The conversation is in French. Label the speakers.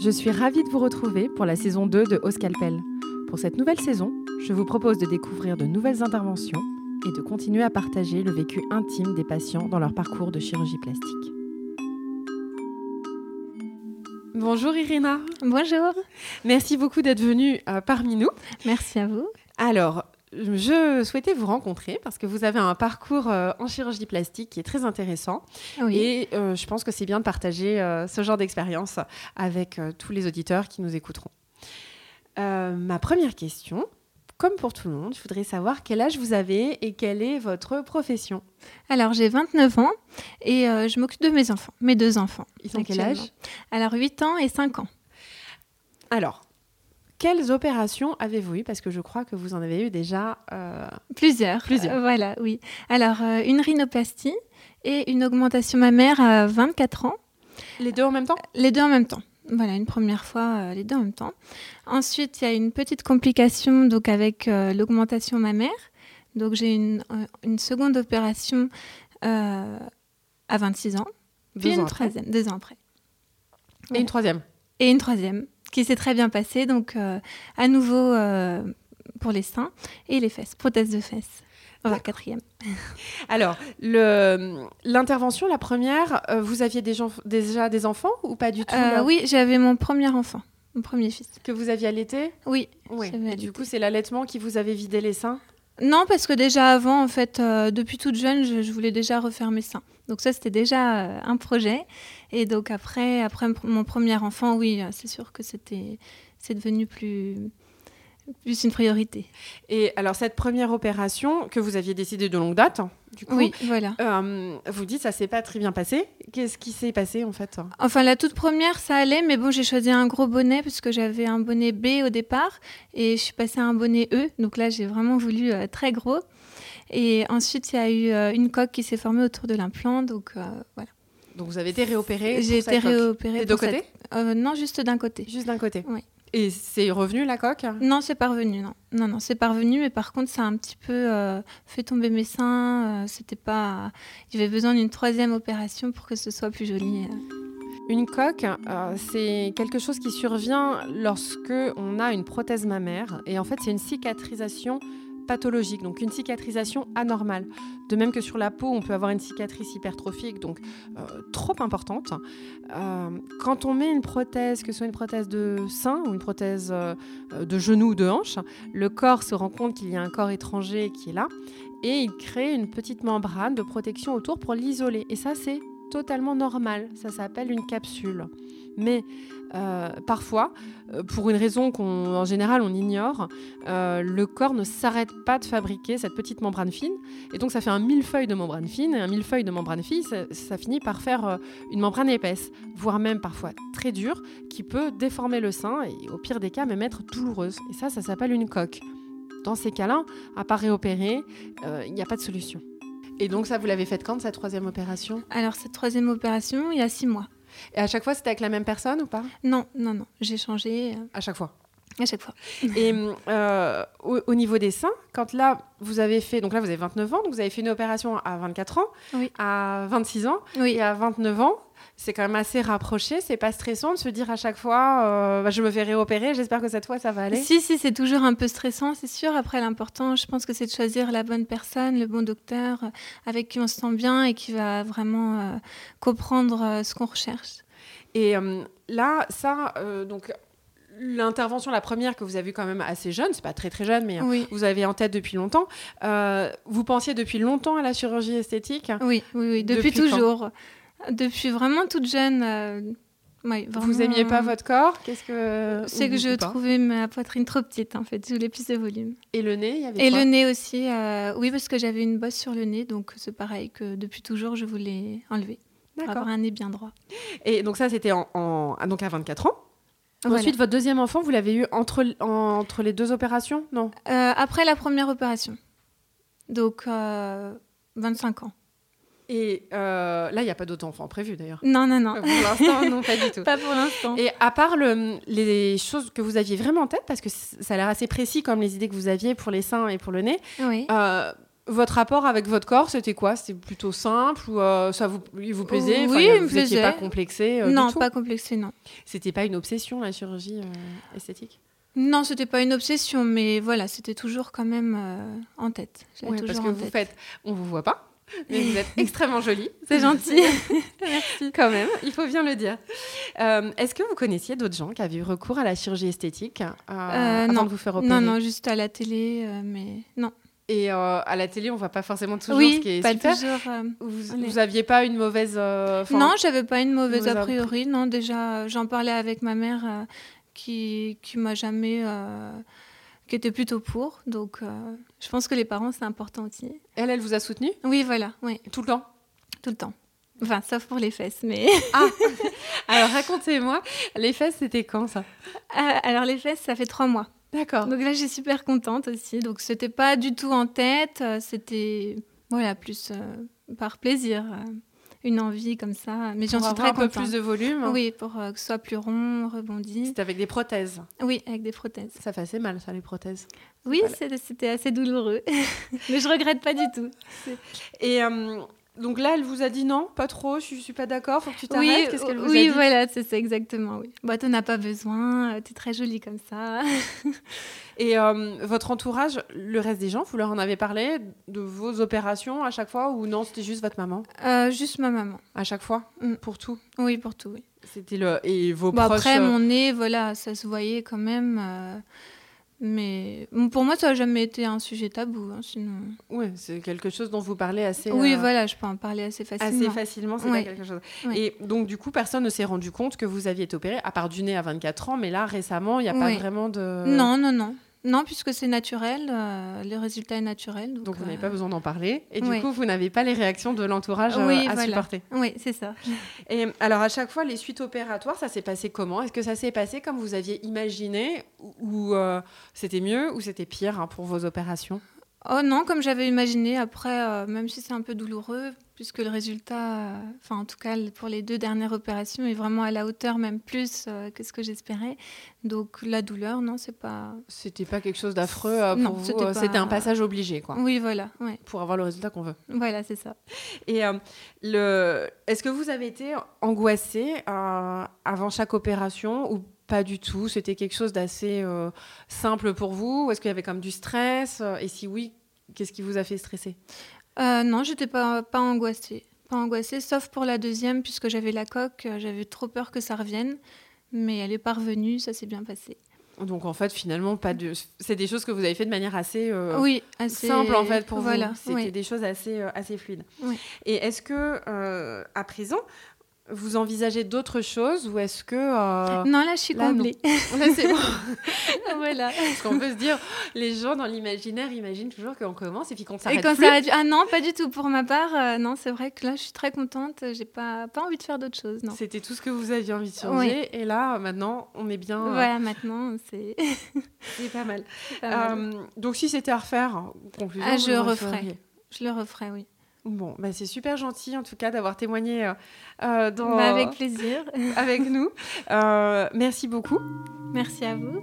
Speaker 1: Je suis ravie de vous retrouver pour la saison 2 de Au Scalpel. Pour cette nouvelle saison, je vous propose de découvrir de nouvelles interventions et de continuer à partager le vécu intime des patients dans leur parcours de chirurgie plastique. Bonjour Irina,
Speaker 2: Bonjour,
Speaker 1: merci beaucoup d'être venue euh, parmi nous.
Speaker 2: merci à vous.
Speaker 1: Alors, je souhaitais vous rencontrer parce que vous avez un parcours euh, en chirurgie plastique qui est très intéressant.
Speaker 2: Oui.
Speaker 1: Et euh, je pense que c'est bien de partager euh, ce genre d'expérience avec euh, tous les auditeurs qui nous écouteront. Euh, ma première question, comme pour tout le monde, je voudrais savoir quel âge vous avez et quelle est votre profession.
Speaker 2: Alors j'ai 29 ans et euh, je m'occupe de mes enfants, mes deux enfants.
Speaker 1: Ils ont quel
Speaker 2: actuellement.
Speaker 1: âge
Speaker 2: Alors 8 ans et 5 ans.
Speaker 1: Alors, quelles opérations avez-vous eues Parce que je crois que vous en avez eu déjà. euh,
Speaker 2: Plusieurs.
Speaker 1: Plusieurs.
Speaker 2: Euh, voilà, oui. Alors euh, une rhinoplastie et une augmentation mammaire à 24 ans,
Speaker 1: les deux en même temps
Speaker 2: les deux en même temps. Voilà, une première fois, euh, les deux en même temps. Ensuite, il y a une petite complication donc avec euh, l'augmentation mammaire. Donc j'ai une, euh, une seconde opération euh, à 26 ans, puis
Speaker 1: Deux
Speaker 2: une
Speaker 1: ans après.
Speaker 2: troisième, deux ans après.
Speaker 1: Et une troisième.
Speaker 2: Et une troisième qui s'est très bien passée, donc euh, à nouveau euh, pour les seins et les fesses, prothèse de fesses. Enfin,
Speaker 1: D'accord.
Speaker 2: quatrième.
Speaker 1: Alors, le- l'intervention, la première, euh, vous aviez des gens- déjà des enfants ou pas du tout
Speaker 2: Euh,
Speaker 1: là
Speaker 2: oui, j'avais mon premier enfant, mon premier fils.
Speaker 1: Que vous aviez allaité
Speaker 2: Oui.
Speaker 1: Ouais.
Speaker 2: J'avais
Speaker 1: Et du
Speaker 2: allaité.
Speaker 1: coup, c'est l'allaitement qui vous avait vidé les seins.
Speaker 2: Non, parce que déjà avant, en fait, euh, depuis toute jeune, je, je voulais déjà refaire mes seins. Donc ça, c'était déjà euh, un projet. Et donc après, après m- mon premier enfant, oui, euh, c'est sûr que c'était, c'est devenu plus, plus une priorité.
Speaker 1: Et alors, cette première opération que vous aviez décidé de longue date, hein, du coup,
Speaker 2: Oui, voilà.
Speaker 1: euh, vous dites ça s'est pas très bien passé. Qu'est-ce qui s'est passé en fait
Speaker 2: Enfin, la toute première, ça allait, mais bon, j'ai choisi un gros bonnet parce que j'avais un bonnet B au départ et je suis passée à un bonnet E. Donc là, j'ai vraiment voulu euh, très gros. Et ensuite, il y a eu euh, une coque qui s'est formée autour de l'implant. Donc euh, voilà.
Speaker 1: Donc, vous avez été réopéré.
Speaker 2: J'ai
Speaker 1: pour cette
Speaker 2: été
Speaker 1: coque.
Speaker 2: réopérée.
Speaker 1: Des deux
Speaker 2: pour cette-
Speaker 1: côtés
Speaker 2: Euh, Non, juste d'un côté.
Speaker 1: Juste d'un côté.
Speaker 2: Oui.
Speaker 1: Et c'est revenu la coque
Speaker 2: Non, c'est parvenu, non. Non, non, c'est parvenu, mais par contre, ça a un petit peu euh, fait tomber mes seins. euh, C'était pas. J'avais besoin d'une troisième opération pour que ce soit plus joli.
Speaker 1: Oh.
Speaker 2: euh.
Speaker 1: Une coque, euh, c'est quelque chose qui survient lorsque on a une prothèse mammaire. Et en fait, c'est une cicatrisation pathologique, donc une cicatrisation anormale. De même que sur la peau, on peut avoir une cicatrice hypertrophique, donc euh, trop importante. Euh, quand on met une prothèse, que ce soit une prothèse de sein ou une prothèse euh, de genou ou de hanche, le corps se rend compte qu'il y a un corps étranger qui est là et il crée une petite membrane de protection autour pour l'isoler. Et ça, c'est totalement normal. Ça s'appelle une capsule. Mais euh, parfois, euh, pour une raison qu'en général on ignore, euh, le corps ne s'arrête pas de fabriquer cette petite membrane fine. Et donc ça fait un millefeuille de membrane fine. Et un millefeuille de membrane fine, ça, ça finit par faire euh, une membrane épaisse, voire même parfois très dure, qui peut déformer le sein et au pire des cas même être douloureuse. Et ça, ça s'appelle une coque. Dans ces cas-là, à part réopérer, euh, il n'y a pas de solution. Et donc ça, vous l'avez faite quand, cette troisième opération
Speaker 2: Alors, cette troisième opération, il y a six mois.
Speaker 1: et à chaque fois, c'était avec la même personne ou pas
Speaker 2: Non, non, non, j'ai changé euh,
Speaker 1: À chaque fois.
Speaker 2: à chaque fois.
Speaker 1: Et euh, au, au niveau des seins, quand là, vous avez fait, donc là, vous avez 29 ans, donc vous avez fait une opération à 24 ans,
Speaker 2: Oui.
Speaker 1: à 26 ans,
Speaker 2: Oui,
Speaker 1: et à 29 ans, c'est quand même assez rapproché, c'est pas stressant de se dire à chaque fois, euh, bah, je me fais réopérer, j'espère que cette fois, ça va aller.
Speaker 2: si, si, c'est toujours un peu stressant, c'est sûr. Après, l'important, je pense que c'est de choisir la bonne personne, le bon docteur euh, avec qui on se sent bien et qui va vraiment euh, comprendre euh, ce qu'on recherche.
Speaker 1: Et euh, là, ça, euh, donc, l'intervention, la première que vous avez eue quand même assez jeune, c'est pas très très jeune, mais euh,
Speaker 2: Oui,
Speaker 1: vous avez en tête depuis longtemps, euh, vous pensiez depuis longtemps à la chirurgie esthétique
Speaker 2: oui, oui, oui, depuis,
Speaker 1: Depuis quand
Speaker 2: toujours. Depuis vraiment toute jeune. euh, ouais,
Speaker 1: Vous
Speaker 2: vraiment,
Speaker 1: aimiez pas
Speaker 2: euh,
Speaker 1: votre corps Qu'est-ce que
Speaker 2: C'est
Speaker 1: ou-
Speaker 2: que euh,
Speaker 1: ou
Speaker 2: je
Speaker 1: pas
Speaker 2: trouvais ma poitrine trop petite, en fait. Je voulais plus de volume.
Speaker 1: Et le nez, il y avait
Speaker 2: Et
Speaker 1: quoi
Speaker 2: le nez aussi. euh, oui, parce que j'avais une bosse sur le nez, donc c'est pareil que depuis toujours, je voulais enlever. Pour
Speaker 1: D'accord.
Speaker 2: avoir un nez bien droit.
Speaker 1: Et donc ça, c'était en, en- ah, donc à 24 ans.
Speaker 2: Ah, Voilà.
Speaker 1: Ensuite, votre deuxième enfant, vous l'avez eu entre l- en- entre les deux opérations, non
Speaker 2: Euh, après la première opération. Donc, euh, 25 ans.
Speaker 1: Et euh, là, il n'y a pas d'autres enfants prévus d'ailleurs.
Speaker 2: Non, non,
Speaker 1: Pour
Speaker 2: non.
Speaker 1: l'instant, non, pas du tout.
Speaker 2: Pas pour l'instant.
Speaker 1: Et à part le- les choses que vous aviez vraiment en tête, parce que c- ça a l'air assez précis comme les idées que vous aviez pour les seins et pour le nez,
Speaker 2: Oui.
Speaker 1: euh, Votre rapport avec votre corps, c'était quoi C'était plutôt simple ou euh, ça vous, il vous plaisait
Speaker 2: Euh, Oui,
Speaker 1: Enfin,
Speaker 2: il me
Speaker 1: vous étiez
Speaker 2: plaisait.
Speaker 1: pas complexé euh,
Speaker 2: non,
Speaker 1: du tout.
Speaker 2: pas complexé, non.
Speaker 1: C'était pas une obsession la chirurgie euh, esthétique.
Speaker 2: Non, c'était pas une obsession, mais voilà, c'était toujours quand même euh, en tête. Je l'avais
Speaker 1: Ouais, parce
Speaker 2: toujours
Speaker 1: que
Speaker 2: en
Speaker 1: vous
Speaker 2: tête.
Speaker 1: faites, on vous voit pas, mais vous êtes extrêmement jolie.
Speaker 2: C'est gentil.
Speaker 1: Quand même, il faut bien le dire. Euh, Est-ce que vous connaissiez d'autres gens qui avaient eu recours à la chirurgie esthétique euh, avant
Speaker 2: non.
Speaker 1: de vous faire opérer
Speaker 2: non, non, juste à la télé, euh, mais non.
Speaker 1: Et euh, à la télé, on voit pas forcément toujours
Speaker 2: oui,
Speaker 1: ce qui est
Speaker 2: pas
Speaker 1: super.
Speaker 2: toujours. euh,
Speaker 1: Vous,
Speaker 2: Allez.
Speaker 1: vous aviez pas une mauvaise. euh, fin-
Speaker 2: non, j'avais pas une mauvaise
Speaker 1: vous
Speaker 2: a
Speaker 1: a-
Speaker 2: priori. Non, déjà, euh, j'en parlais avec ma mère euh, qui, qui m'a jamais. euh, qui était plutôt pour. Donc, euh, je pense que les parents, c'est important aussi.
Speaker 1: Elle, elle vous a soutenu
Speaker 2: Oui, voilà, oui,
Speaker 1: tout le temps.
Speaker 2: tout le temps. Enfin, sauf pour les fesses, mais.
Speaker 1: Alors racontez-moi, les fesses, c'était quand ça
Speaker 2: Ah, alors, les fesses, ça fait trois mois.
Speaker 1: D'accord.
Speaker 2: Donc là, j'ai super contente aussi. Donc, c'était pas du tout en tête. euh, C'était, voilà, plus euh, par plaisir, euh, une envie comme ça. Mais j'en
Speaker 1: Pour
Speaker 2: suis
Speaker 1: avoir
Speaker 2: très
Speaker 1: un peu
Speaker 2: contente.
Speaker 1: plus de hein. volume.
Speaker 2: Oui, pour euh, que ce soit plus rond, rebondi.
Speaker 1: C'était avec des prothèses.
Speaker 2: Oui, avec des prothèses.
Speaker 1: Ça fait assez mal, ça, les prothèses.
Speaker 2: Oui, c'est- c'était assez douloureux. Mais je regrette pas du tout.
Speaker 1: Et euh, donc là, elle vous a dit non, pas trop, je, je suis pas d'accord, faut que tu t'arrêtes.
Speaker 2: Oui,
Speaker 1: Qu'est-ce qu'elle vous a
Speaker 2: oui
Speaker 1: dit
Speaker 2: voilà, c'est ça exactement. Oui. Bah, t'en as pas besoin, tu es très jolie comme ça.
Speaker 1: Et euh, votre entourage, le reste des gens, vous leur en avez parlé de vos opérations à chaque fois ou non, c'était juste votre maman
Speaker 2: Euh, juste ma maman.
Speaker 1: À chaque fois
Speaker 2: Mm.
Speaker 1: Pour tout
Speaker 2: Oui, pour tout. oui.
Speaker 1: C'était le. Et vos
Speaker 2: Bon,
Speaker 1: proches
Speaker 2: après,
Speaker 1: euh,
Speaker 2: mon nez, voilà, ça se voyait quand même. euh, mais bon, pour moi, ça n'a jamais été un sujet tabou. hein, sinon...
Speaker 1: ouais, c'est quelque chose dont vous parlez assez.
Speaker 2: Oui,
Speaker 1: euh,
Speaker 2: voilà, je peux en parler assez facilement.
Speaker 1: Assez facilement, c'est pas
Speaker 2: Ouais.
Speaker 1: quelque chose.
Speaker 2: Ouais.
Speaker 1: Et donc, du coup, personne ne s'est rendu compte que vous aviez été opéré, à part du nez à 24 ans, mais là, récemment, il n'y a pas
Speaker 2: Ouais.
Speaker 1: vraiment de.
Speaker 2: Non, non, non. Non, puisque c'est naturel, euh, le résultat est naturel. Donc,
Speaker 1: Donc, vous n'avez
Speaker 2: euh,
Speaker 1: pas besoin d'en parler. Et
Speaker 2: ouais.
Speaker 1: du coup, vous n'avez pas les réactions de l'entourage euh,
Speaker 2: Oui,
Speaker 1: à
Speaker 2: voilà.
Speaker 1: supporter.
Speaker 2: Oui, c'est ça.
Speaker 1: Et alors, à chaque fois, les suites opératoires, ça s'est passé comment Est-ce que ça s'est passé comme vous aviez imaginé Ou- Ou euh, c'était mieux ou c'était pire hein, pour vos opérations
Speaker 2: Oh non, comme j'avais imaginé, après, euh, même si c'est un peu douloureux, puisque le résultat, euh, enfin en tout cas le- pour les deux dernières opérations, est vraiment à la hauteur, même plus euh, que ce que j'espérais. Donc la douleur, non, c'est pas...
Speaker 1: C'était pas quelque chose d'affreux euh, pour
Speaker 2: Non,
Speaker 1: vous
Speaker 2: c'était
Speaker 1: euh,
Speaker 2: pas-
Speaker 1: C'était un passage obligé, quoi,
Speaker 2: Oui, voilà, ouais.
Speaker 1: pour avoir le résultat qu'on veut.
Speaker 2: voilà, c'est ça.
Speaker 1: Et euh, le... est-ce que vous avez été angoissée euh, avant chaque opération ou pas du tout C'était quelque chose d'assez euh, simple pour vous Ou est-ce qu'il y avait comme du stress Et si oui, qu'est-ce qui vous a fait stresser
Speaker 2: Euh, non, j'étais pas, pas angoissée. Pas angoissée, sauf pour la deuxième, puisque j'avais la coque, euh, j'avais trop peur que ça revienne. Mais elle est parvenue, ça s'est bien passé.
Speaker 1: Donc en fait, finalement, pas de... c'est des choses que vous avez fait de manière assez... euh,
Speaker 2: oui, assez
Speaker 1: simple en fait pour
Speaker 2: voilà,
Speaker 1: vous. C'était
Speaker 2: ouais.
Speaker 1: des choses assez, euh, assez fluides.
Speaker 2: Oui.
Speaker 1: Et est-ce que euh, à présent vous envisagez d'autres choses ou est-ce que euh,
Speaker 2: Non, là, je suis
Speaker 1: Là, non.
Speaker 2: comblée.
Speaker 1: là, c'est bon
Speaker 2: voilà.
Speaker 1: parce qu'on peut se dire les gens dans l'imaginaire imaginent toujours qu'on commence et puis qu'on
Speaker 2: Et
Speaker 1: s'arrête
Speaker 2: quand
Speaker 1: plus.
Speaker 2: ça a dû- Ah non, pas du tout. Pour ma part, euh, non, c'est vrai que là, je suis très contente. J'ai pas, pas envie de faire d'autres choses, non.
Speaker 1: C'était tout ce que vous aviez envie de changer
Speaker 2: Oui.
Speaker 1: et là maintenant on est bien, euh,
Speaker 2: Voilà, maintenant, c'est
Speaker 1: c'est pas mal.
Speaker 2: pas mal.
Speaker 1: Euh, donc si c'était à refaire, conclusion,
Speaker 2: Ah,
Speaker 1: vous
Speaker 2: je
Speaker 1: le
Speaker 2: referais.
Speaker 1: referiez.
Speaker 2: Je le referai, oui.
Speaker 1: Bon, bah, c'est super gentil en tout cas d'avoir témoigné euh, euh, dans-
Speaker 2: Bah, avec plaisir.
Speaker 1: avec nous. Euh, merci beaucoup.
Speaker 2: Merci à vous.